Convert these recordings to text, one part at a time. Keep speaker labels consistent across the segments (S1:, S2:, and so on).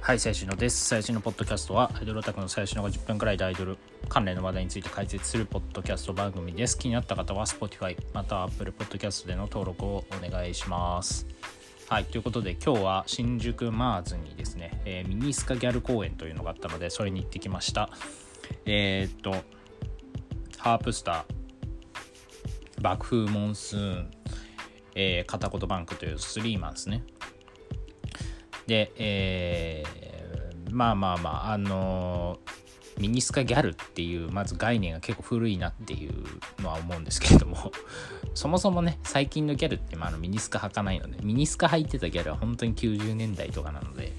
S1: はい、最新のです。最新のポッドキャストは、アイドルオタクの最新の50分くらいでアイドル関連の話題について解説するポッドキャスト番組です。気になった方は、Spotify、または Apple Podcast での登録をお願いします。はい、ということで、今日は新宿マーズにですね、えーミニスカギャル公演というのがあったので、それに行ってきました。えーっと、ハープスター、爆風モンスーン、えー片言バンクというスリーマンですね。で、えーまあまあまああのーミニスカギャルっていうまず概念が結構古いなっていうのは思うんですけれども そもそもね最近のギャルって、まあ、あのミニスカ履かないのでミニスカ履いてたギャルは本当に90年代とかなので、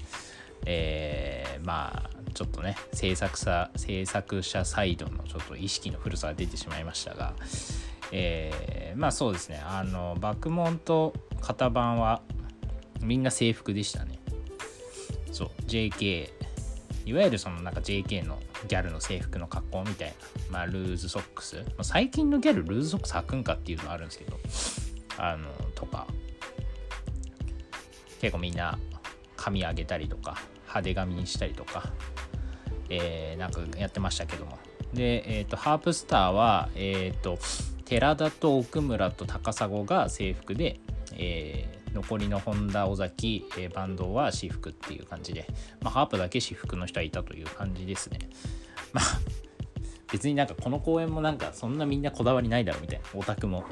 S1: えーまあちょっとね制作者制作者サイドのちょっと意識の古さが出てしまいましたが、えーまあそうですねあの爆問と型番はみんな制服でしたねそう JK いわゆるそのなんか JK のギャルの制服の格好みたいな、まあ、ルーズソックス、まあ、最近のギャルルーズソックス履くんかっていうのはあるんですけどあのとか結構みんな髪上げたりとか派手髪にしたりとか、えーなんかやってましたけどもで、えー、とハープスターは、えー、と寺田と奥村と高砂が制服で、えー残りの本田尾崎、えーバンドは私服っていう感じで、まあ、ハープだけ私服の人はいたという感じですねまあ別になんかこの公演もなんかそんなみんなこだわりないだろうみたいなオタクも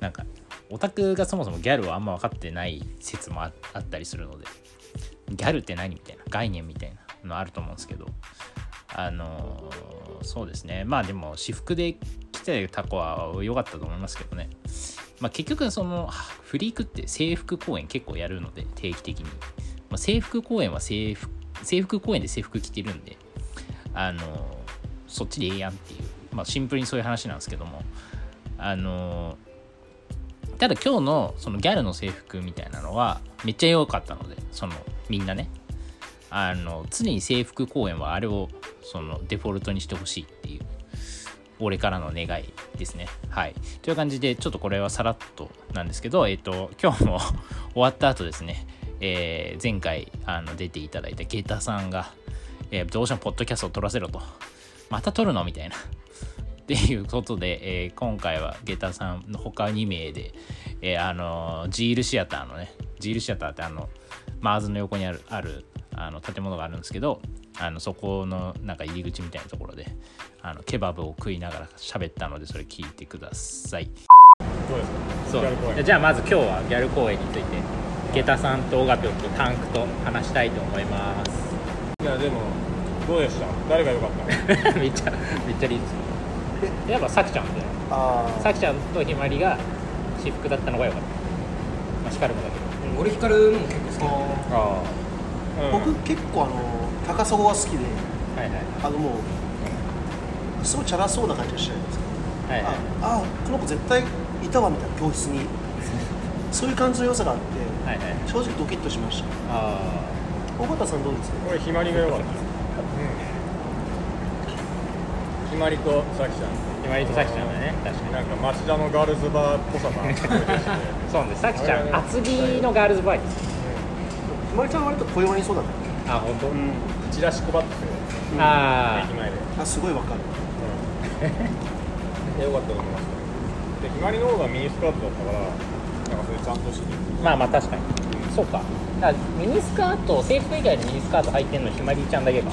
S1: なんかオタクがそもそもギャルをあんま分かってない説もああったりするのでギャルって何みたいな概念みたいなのあると思うんですけどあのーそうですねまあでも私服で来てた子は良かったと思いますけどね、まあ、結局そのはフリークって制服公演結構やるので定期的に、まあ、制服公演は制服制服公演で制服着てるんであのーそっちでええやんっていう、まあ、シンプルにそういう話なんですけどもあのーただ今日のそのギャルの制服みたいなのはめっちゃ良かったのでそのみんなねあの常に制服公演はあれをそのデフォルトにしてほしいっていう俺からの願いですねはいという感じでちょっとこれはさらっとなんですけどえっ、と今日も 終わった後ですね、えー前回あの出ていただいたゲタさんが、えーどうしてもポッドキャストを撮らせろとまた撮るのみたいなっていうことで、え ー今回は下駄さんの他2名で、えーあのージールシアターのねジールシアターってあのマーズの横にあるあるあの建物があるんですけどあのそこのなんか入り口みたいなところであのケバブを食いながら喋ったのでそれ聞いてください
S2: どうです
S1: そ
S2: かギャル公
S1: う
S2: 演
S1: じゃあまず今日はギャル公演について下駄さんとオガピョンとタンクと話したいと思います
S2: いやでもどうでした誰が良かった
S1: めっちゃめっちゃリーズやっぱさくちゃんだよ
S2: あ
S1: さきちゃんとひまりが私服だったのが良かった。まあ、光るもだけど。
S3: 俺ヒカルも結構好
S1: あ
S2: あ、うん、
S4: 僕結構あの高砂が好きで
S1: あ。はいはい。
S4: あのもうすごいチャラそうな感じがしないですか、
S1: はいはい。
S4: ああこの子絶対いたわみたいな教 室にそういう感じの良さがあって
S1: はいはい。
S4: 正直ドキッとしました
S1: あ
S4: 尾形さんどうですか
S2: 俺ひまりが良かった、ひまりとさきちゃ
S1: あ。ひまりとさきちゃんだね。確か
S2: ん
S1: に。
S2: なんか町田のガールズバーっぽさが
S1: そうです。さきちゃ
S2: あれ
S1: ん、
S2: はね
S1: 厚着のガールズバイト。
S4: ひまりちゃんは割と小山にそうだね
S1: あ、本当。
S2: チラシ配ってて
S1: あ
S2: 駅前で、
S4: あすごいわかる
S2: うん、良かったと思いましたでひまりの方がミニスカートだったからなんかそれちゃんとしてて
S1: あ。まあまあ、確かに。そうか。だからミニスカート、制服以外でミニスカート履いてんの、ひまりちゃんだけか。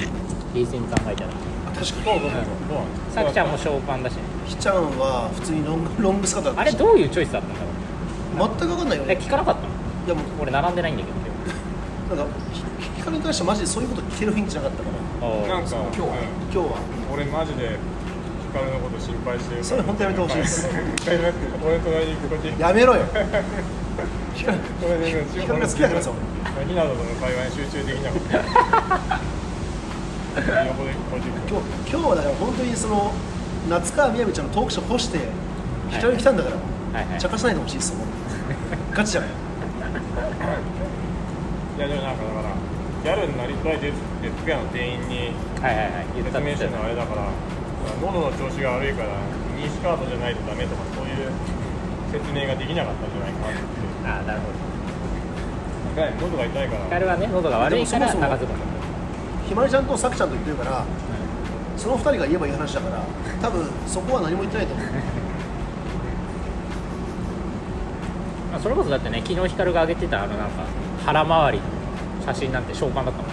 S1: 冷静に考えたら。
S4: あ確か
S2: そうそ
S4: に
S2: うそうそうなんです
S1: さきちゃんもショーパンだしね。
S4: ひちゃんは普通にロングロ ングスカートだ
S1: あ
S4: っ
S1: れ、
S4: たし
S1: どういうチョイスだったんだろう。
S4: 全く分かんないよ
S1: え、
S4: ね
S1: 聞かなかったの。
S4: いやもう
S1: 俺、並んでないんだけど。
S4: なんかひひかりに関してはマジでそういうこと聞ける雰囲気じゃなかったか
S1: あ
S4: ら
S2: なんか今
S4: 今日は、今日は
S2: 俺マジでヒカルのこと心配してるから
S4: それ本当やめてほしいです
S2: 俺の隣にこうやって
S4: やめろよ
S2: これで
S4: ヒカルが好きだからさ
S2: 俺ひなとの会話に集中できなかった横でこうやって
S4: 今日今日はだから本当にその夏川みやびちゃんのトークショー干して一人に来たんだから、
S1: あ。はいはい
S4: 茶。化しないでほしいですもんガチじゃない
S2: いやでもなんかだからギャルになりたいですって福屋の店員に
S1: はいはいはい。言っ
S2: 説
S1: たっ
S2: 明
S1: て
S2: してるのはあれだから喉の調子が悪いからミニスカートじゃないとダメとかそういう説明ができなかったんじゃないかなっ
S1: ああな
S2: て
S1: るほど
S2: 痛い喉が痛いから
S5: ヒカルはね喉が悪いから
S4: でもそもそも
S5: 長ズボン
S4: ひまりちゃんとさくちゃんと言ってるから、その二人が言えばいい話だから多分そこは何も言ってないと思う
S5: まあそれこそだってね昨日ヒカルが上げてたあのなんか腹周りの写真なんて召喚だったもん
S4: だか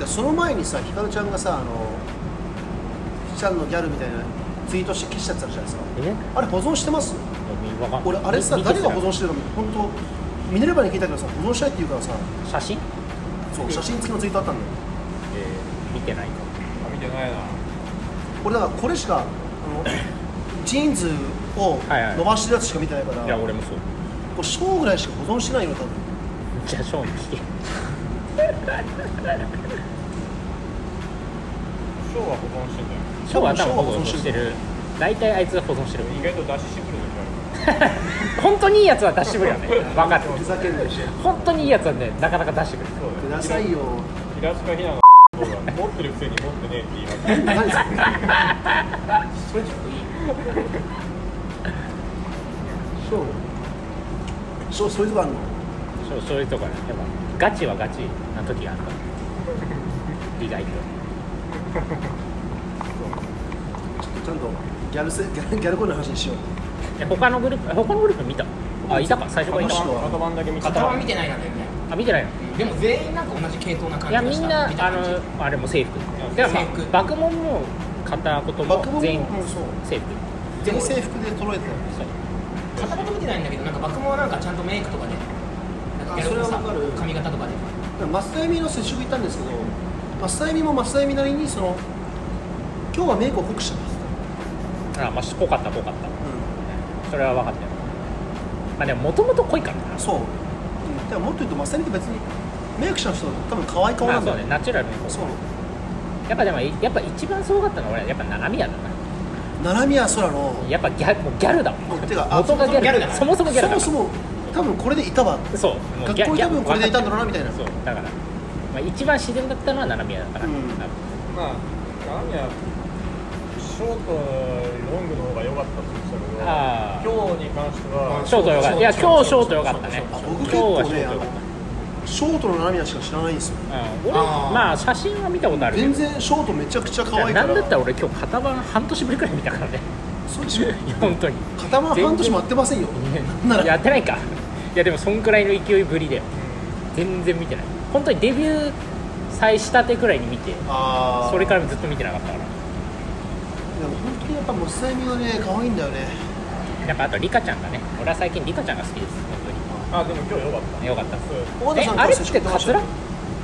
S4: らその前にさひかるちゃんがさあのひちゃんのギャルみたいなツイートして消しちゃってたじゃないですか
S5: え
S4: あれ保存してます
S5: わかんない
S4: 俺あれさ
S5: 見て
S4: 誰が保存してるのか本当ミネルヴァに聞いたけどさ保存したいって言うからさ
S5: 写真、
S4: そう写真付きのツイートあったんだよ
S5: 見てないか
S2: あ見てないな
S4: 俺だからこれしかあのジーンズを
S5: はいはい
S4: 伸ばしてるやつしか見てないから、
S5: いや俺もそう
S4: これショーぐらいしか保存してないよ多分
S5: じゃあショーン聞け
S2: ショーは保存してんだよ
S5: ショーは多分保存してる大体あいつが保存してる
S2: 意外と出し渋るのじ
S5: 本当にいいやつは出してくれよね分かってる
S4: ふざけんなよし
S5: 本当にいいやつはねなかなか出してくれ
S2: ゃん
S4: くださいよ
S2: 平塚ひなのが持ってるくせに持ってねえって言います
S4: 何それ
S3: それちょっといい
S4: ショーショーそういうとこあるの
S5: そうそういうとこねやっぱガチはガチな時があるから意外と
S4: ちょっとちゃんとギャルせギャルギャルコの話にしよう
S5: え他のグループ他のグループ見たあいたか最初からいた
S4: あの人は
S2: 型番だけ見て
S5: 型
S2: た
S5: 番
S2: あ
S3: は見てないな全然
S5: あ見てないの
S3: うんでも全員なんか同じ系統な
S5: い
S3: 感じ
S5: や
S3: が
S5: み
S3: し
S5: ん
S3: た
S5: な
S3: 見た
S5: あ
S3: 感じ
S5: のあれも制服ではま
S3: 制服
S5: あ爆問も片言
S4: バックボー
S5: も全員
S4: ンもそう
S5: 制服
S4: 全員制服で揃えて
S5: そう
S3: 片言見てないんだけどなんか爆毛はなんかちゃんとメイクとかでなんか
S4: あ
S3: ギャルのさ
S4: それはわかる
S3: 髪型とかで
S4: たマスタエミの接触行ったんですけどマスタエミもマスタエミなりにその今日はメイクを濃くしたんです、
S5: あまあし濃かった濃かった
S4: う、
S5: それは分かったよまあでももともと濃いからなん
S4: そう、うん、でももっと言うとマスタエミって別にメイクした人多分可愛い顔
S5: ま
S4: な
S5: あ
S4: ん
S5: そ
S4: だ
S5: う
S4: よ、
S5: ねナチュラルに濃い
S4: そう
S5: やっぱでもやっぱ一番すごかったのは俺やっぱ七宮だな
S4: 七宮空の
S5: やっぱギャもうギャルだもん
S4: てかあ
S5: 元がギャルだそ
S3: そ
S5: もそもギャル
S4: そ
S5: だ
S4: もそも多分これでいたわ
S5: そうもうギ
S4: 学
S5: ャ
S4: 校に多分
S5: ギャ
S4: これでいたんだろうなみたいな
S5: そうだから、まあ、一番自然だったのは七宮だから、
S4: うん
S5: 多分
S2: まあ何やショートロングの方が良かったって言ってた
S5: ああ
S2: けど今日に関しては
S5: ショートよかったいや
S3: ショート
S5: 今日ショートよかったね
S4: あ僕
S5: 今
S4: 結
S5: 日は
S4: 構
S5: ショ
S4: ね
S5: ート
S4: あ
S5: よかっ
S4: のショートの七宮しか知らないんですよ
S5: た、うん、俺
S3: あー
S5: まあ写真は見たことあるけ
S4: 全
S5: ど
S4: 然ショートめちゃくちゃ可愛いか
S5: なん
S4: ら
S5: だったら俺今日型番半年ぶりくらい見たからね
S4: そうでしょ
S5: いや本当に
S4: 片間半年待ってませんよなら
S5: やってないかいやでもそんくらいの勢いぶりだよ全然見てない本当にデビュー最したてくらいに見て
S4: あー
S5: それからずっと見てなかったから
S4: でも本当にやっぱモスエミはね可愛いんだよね
S5: なんかあとリカちゃんがね俺は最近リカちゃんが好きです本
S2: あでも今日良かっ
S5: 当
S2: た
S5: によかったです
S2: そう
S4: 尾
S5: え
S4: 形さんと
S5: あ
S4: は
S5: れっ
S4: 接触
S5: て
S4: 行
S5: カ
S4: まし
S5: ツ
S4: た
S5: ラ
S4: ね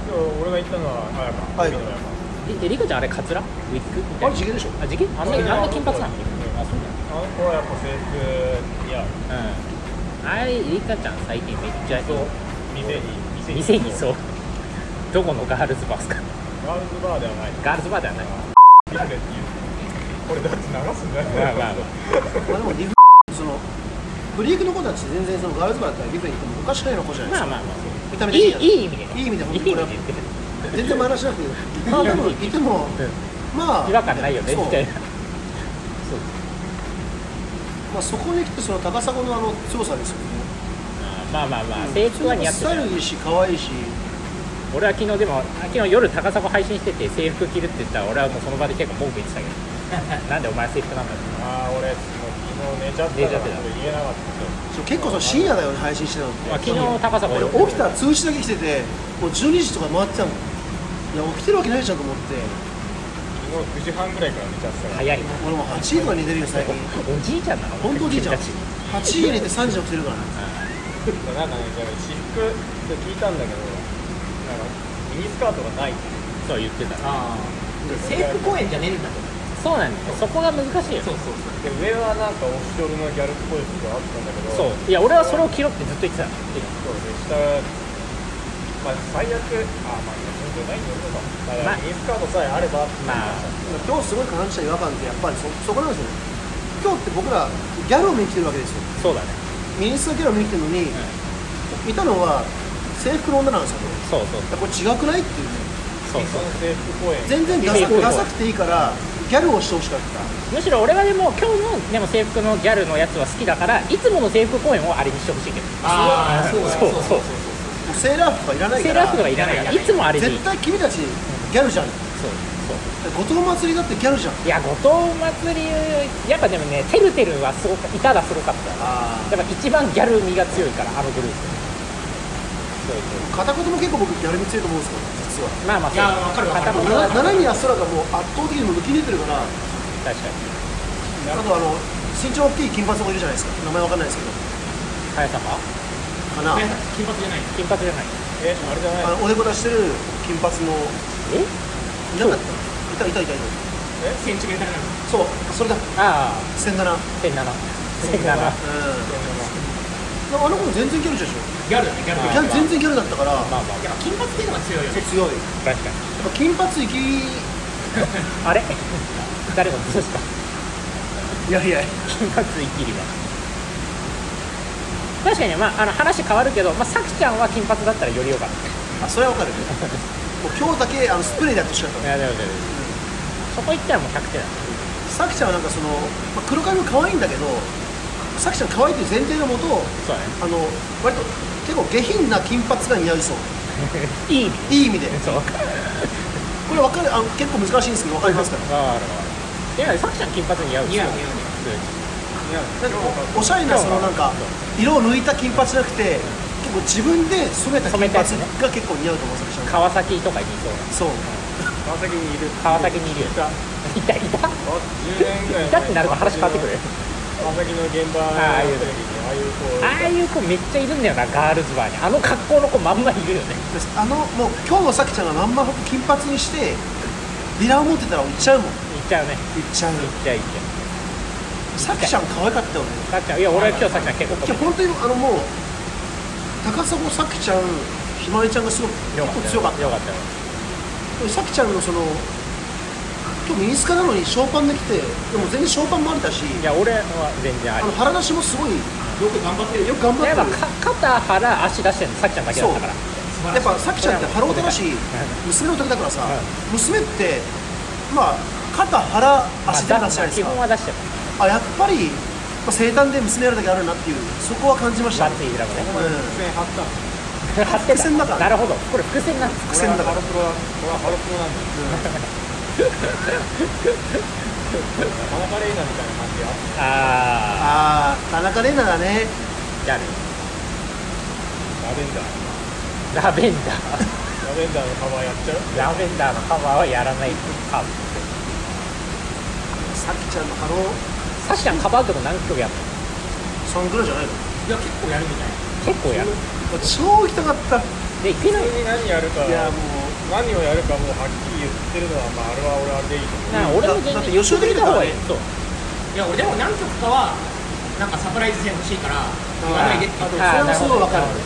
S2: 今日俺が行ったのは綾香
S4: はい
S2: 海の山
S5: えリカちゃんあれカツラウィッグみた
S4: あれ
S5: いな
S4: 地毛でしょ
S5: あ地毛あんな
S2: うん
S5: あんな金髪なの
S2: うん
S5: あそうだよ
S2: あの子はやっぱ制服似合う
S5: うんあれリカちゃん最近めっちゃいい
S2: 店に店
S5: 店にそうどこのガールズバーっすか
S2: ガールズバーではない
S5: ガールズバーではない
S2: ビルでっていうこれだって流すんだよ
S5: まあまあま
S4: まあでもリフそのブリークの子たち全然そのガールズバーだったらリフに行ってもおかしくないような子じゃないでか
S5: ますあまあま
S4: 見た
S5: あ
S4: 目
S5: い
S4: でいい
S5: いい
S4: やつ
S5: い意味で
S4: いい意味で
S5: いい
S4: 本当これ
S5: 意味で
S4: は
S5: 言ってる
S4: 全然マイナスなくてまあでもいてもまあ
S5: 違和感ないよね
S4: そう
S5: みたいな
S4: まあそこに来てその高砂のあの強さですよね
S5: まあまあまあ制服は似合って
S4: ス
S5: た
S4: タイルいいし可愛いし
S5: 俺は昨日でも昨日夜高砂配信してて制服着るって言ったら俺はもうその場で結構文句言ってたけ どなんでお前制服なんだって
S2: ああ俺昨日寝ちゃったからそれ言えなかった
S4: そう結構その深夜だよね配信してたのって、
S5: まあ昨日高砂
S4: 俺起きたら通知だけ来ててもう12時とか回ってたもんいや起きてるわけないじゃんと思って
S2: 昨日9時半ぐらいから寝ちゃってたから
S5: 早いな
S4: 俺もう8時とか寝てるよ最近
S5: おじいちゃんなの
S4: 本当おじいちゃん
S5: 君
S4: 8
S5: た
S4: 時寝て3時に起きてるか
S2: な
S4: らね
S2: んかねじゃあ私服って聞いたんだけどなんかミニスカートがないって
S5: そう言ってた
S3: ああ制服公演じゃねえんだと
S5: そうなんだよそこが難しいよ
S3: そうそうそう
S2: で上はなんかオフショルのギャルっぽい服があったんだけど
S5: そういや俺はそれを着ろってずっと言ってたの
S2: そうで下まあ最悪あまあ全然ないんだけどまあだから
S5: まあ
S2: ミニスカートさえあればって
S5: まあ
S4: 今日すごい感じた違和感ってやっぱりそそこなんですよね今日って僕らギャルを見に来てるわけですよ
S5: そうだね
S4: ミニスカギャルを見に来てるのに、見たのは制服の女なんですよい
S5: そうそう
S4: やこれ違くないっていうね
S5: そう
S2: そ
S5: そ
S2: の
S5: う
S2: 制服公演
S4: 全然ダ
S5: いや
S4: サ
S5: いいよ
S4: ダサくていいからギャルをしてほしかった
S5: むしろ俺がでも今日のでも制服のギャルのやつは好きだからいつもの制服公演をあれにしてほしいけど
S3: ああそうだ
S5: そう
S4: う
S5: そう
S3: そう
S4: セーラー服とかいらない
S5: セ
S4: か
S5: ーラ
S4: ら
S5: ー服とかいらないからいつもあれでいい
S4: 絶対君たちギャルじゃん
S5: そうそ
S4: 後藤
S5: う
S4: 祭りだってギャルじゃん
S5: いや後藤祭りやっぱでもねてるてるはすごくいたらすごかった
S4: あ
S5: やっぱ一番ギャル味が強いからあのグループそうそ
S4: 片言も結構僕ギャルに強いと思うんですよ
S5: うまあまあ
S3: い
S5: そう
S3: やわかるわかる
S5: 片
S4: 実
S5: 言
S4: は
S5: は
S4: 七海や空
S5: 確か
S4: がもう圧倒的にもう抜き出てるからあと
S5: に
S4: あの身長大きい金髪もいるじゃないですか名前わかんないですけど
S5: 早さか
S4: かな
S3: 皆さん金髪じゃない
S5: 金髪じゃない
S2: えあれじゃない
S4: あのおでこ出してる金髪の
S5: え
S4: いなかったいたいたいたい
S3: センチメーターなの
S4: たそうそれだ
S5: あ
S4: 千七うん
S5: あ千七千
S4: で
S5: 七
S4: もあの子も全然ギャルじゃんでし
S3: ギャルだねギャル
S4: ょ
S5: あ
S4: ギャル全然ギャルだったから
S5: まあまあ
S3: やっぱ金髪っていうのが強いよね
S4: 強いや
S5: 確かに
S4: っぱ金髪行き
S5: あれ誰もどうした
S4: いやいや
S5: 金髪生きりは確かにね、まあ、あの話変わるけど、まあ、さきちゃんは金髪だったらより良かった
S4: あそれはわかるねもう今日だけあのスプレーでやってほしかった
S5: いやでもでもそこ行ったらもう100点
S4: さ
S5: だ
S4: きちゃんはなんかその、まあ、黒髪も可愛いんだけどさきちゃん可愛いという前提のもと
S5: そうだね
S4: あの割と結構下品な金髪が似合いそう
S5: いい
S4: いい意
S5: 意味
S4: 味で
S5: そう
S4: これわかるあの結構難しいんですけどわかりますか
S5: ああるいやさきちゃん金髪似合う
S3: 似合う
S5: 普
S3: 似合う
S5: 通
S4: な
S5: に
S4: んかおおしゃれなそのなんか色を抜いた金髪じゃなくて結構自分で染めた金髪が結構似合うと思うさきちゃん
S5: 川崎とかにいそう
S4: そう
S5: だ
S2: 川崎にいる
S5: 川崎にいるよ
S2: いた
S5: いたいた
S2: あ10年ぐらい前
S5: いたってなると話変わってくる
S2: 川崎の現場
S5: ああいう
S2: 時にああいうこう
S5: ああいう子めっちゃいるんだよなガールズバーにあの格好の子まんまいるよね
S4: ですあのもう今日のさきちゃんがまんま金髪にしてビラを持ってたら行っちゃうもん行っ
S5: いっちゃうね
S4: ちゃう
S5: いっちゃういっち
S4: さきちゃん可愛かったよね
S5: ゃうさきちゃんいや俺は今日さきちゃん結構
S4: 今日本当にあのもう高砂さきちゃんひまりちゃんがすごく結構強かった
S5: よかったよ
S4: でもさきちゃんのその今日ミニスカなのにショーパンできてでも全然ショーパンもありだし
S5: いや俺は全然あ
S4: あ
S5: り
S4: の腹出しもすごいよ
S3: よく頑張ってるよ
S4: く頑張って
S5: やっ
S4: る
S5: ぱか肩腹足出してるのさきちゃんだけだったから
S3: 素晴
S4: や
S3: ら
S4: っ
S3: しい
S4: ぱさきちゃんって腹オタだし娘の時だからさ娘ってまあ肩腹足出る
S5: まあ
S4: 出すじゃないです
S5: 基本
S4: か
S5: は出してる
S4: あやっぱり、まあ、生誕で娘やるだけあるなっていうそこは感じました
S5: バ
S4: ね
S5: ッツイラもね
S4: う
S2: まあ伏線張ったの
S5: 貼って
S4: 伏線だ
S5: た
S4: から
S5: なるほどこれ伏線なんで
S4: 伏
S5: す
S4: 線だから
S2: 俺はハロプロだ俺はハロプロなんだ田中玲奈みたいな感じあっ
S4: あ
S5: あ
S4: あ田中玲奈だね
S5: ーやる
S2: たラベンダー
S5: ラベンダー
S2: ラベンダーのカバーやっちゃう
S5: ラベンダーのカバーはやらないカバー
S4: さきちゃんのハロー
S5: さきちゃんカバー曲何曲やった
S4: そんぐらいじゃないの
S3: いや結構や
S5: の
S3: るみたい
S5: 結構や
S4: 超行
S5: る
S4: きたかった
S5: でいけない
S2: 普通に何やるか
S4: いやも
S2: 何をやるかもうはっきり言ってるのは、まあ、あれは俺はあれでいいと思う
S5: な俺も
S4: だ
S5: 全
S4: だって
S5: 然
S4: 予習できたからね
S5: そう
S3: いや俺でも何曲かはなんかサプライズ性欲しいから言わないでって言って
S4: あ
S3: た
S4: それもすごいわかる
S5: なほど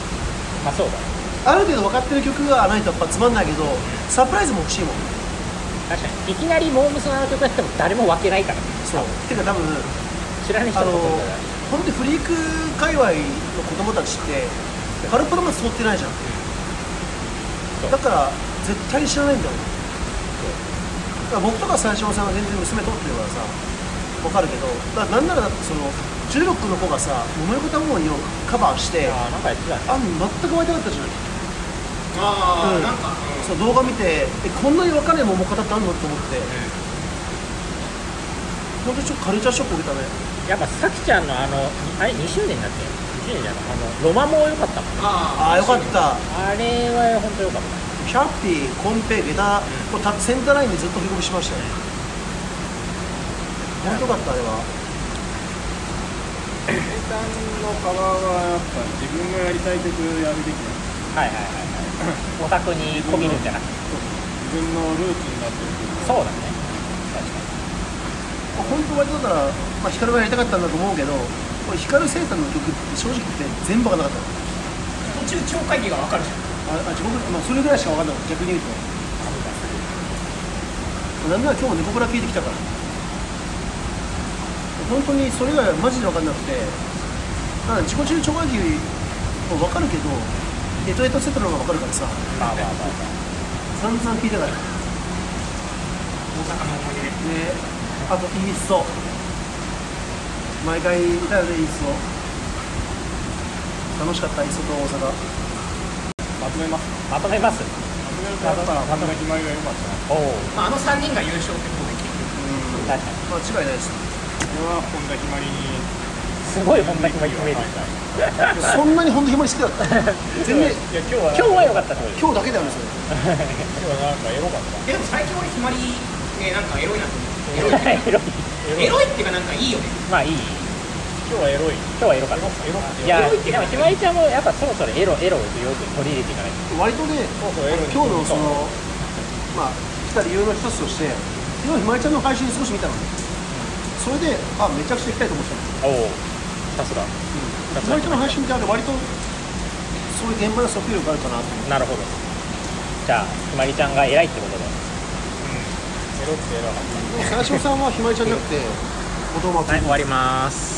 S5: まあそうだね
S4: うある程度分かってる曲がないとやっぱつまんないけどサプライズも欲しいもん
S5: 確かにいきなりモームスのあの曲やっても誰も分けないから
S4: そうてか多分
S5: 知らない人
S4: あ
S5: の
S4: の
S5: こ
S4: 本
S5: とだ
S4: 当にフリーク界隈の子供たちってハロプロまで通ってないじゃん
S5: そう
S4: だから絶対に知らないんだよだから僕とか最初さんは全然娘通ってるからさわかるけどだからなんならだってその16の子がさ「桃横たもに」をカバーして
S5: あーなんかやってたね
S4: あん全く湧いてなかったじゃないう
S3: ああ
S4: ん
S3: なんかうん
S4: そう動画見てえこんなに分かんない桃方ってあんのと思って本当にちょっとカルチャーショック受けたね
S5: やっぱさきちゃんのあのあれ2周年だっけ2周年じゃないあのロマも良かったもん
S4: あ
S3: あ
S4: あよかった
S5: あれは本当良かった
S4: キャッピー、コンペ、下駄、これたセンターラインでずっと振り込みしましたね。本当だった、あれは。
S2: 生産のカバーはやっぱ自分がやりたい曲やるべきだ
S5: はいはいはいはいオタクにこびるんじゃなくて
S2: 自分のルーツになってる曲
S5: そうだね
S4: まあ本当割とだったら、まあ、光がやりたかったんだと思うけど、これ光生誕の曲って正直言って全部わかんなかった。
S3: 途中超会議がわかるじ
S4: あ、
S3: ゃん
S4: あ、僕、まあ、それぐらいしかわかんなかった、逆に言うと。なんなら今日も猫ブラ聞いてきたから。本当にそれ以外はマジでわかんなくて、なんか自己中超過ぎもわかるけど、デトエトセットの方がわかるからさ、
S5: 確かにまあまあまあ
S4: 散々聞いたから。
S3: 大阪の思い出で
S4: ねあとイースト毎回いたよねイースト楽しかったイーストと大阪
S2: まとめます
S5: まとめます
S2: まとめるとやっぱ半田ひまりが良かったな
S5: おお
S3: まあ、あの3人が優勝ってこ
S2: うんこ
S5: 確
S3: とで結局
S4: 間違
S5: かに
S4: いないです
S2: れは本田ひまりに
S5: すごい本田君が決めてき
S4: そ
S5: た
S4: んなに本当にひまり好きだった全然
S2: いや今日はな
S5: 今日は良かったってことで
S4: 今
S5: す
S4: 日だけであるんですよ
S2: 今日はなんかエロかった
S3: でも最近俺ひまりねなんかエロいなと思って
S5: エロい
S3: エロいっていうかエロいっていうかなんかいいよね
S5: まあいい
S2: 今日はエロい
S5: 今日はエロかった
S2: エロくて
S5: いやでもひまりちゃんもやっぱそろそろエロエロをよく取り入れていかないと
S4: 割とね
S2: そうそうエロに
S4: 今日のそのまあ来た理由の一つとして昨日ひまりちゃんの配信少し見たのねそれであめちゃくちゃ行きたいと思ってたの
S5: おおさすが
S4: ひまりちゃんの配信ってあれ割とそういう現場の即力があるかなと思って
S5: なるほどじゃあひまりちゃんが偉いってことで
S2: エロくてエロかった
S4: でも最初さんはひまりちゃんじゃなくて後藤真
S5: はい終わります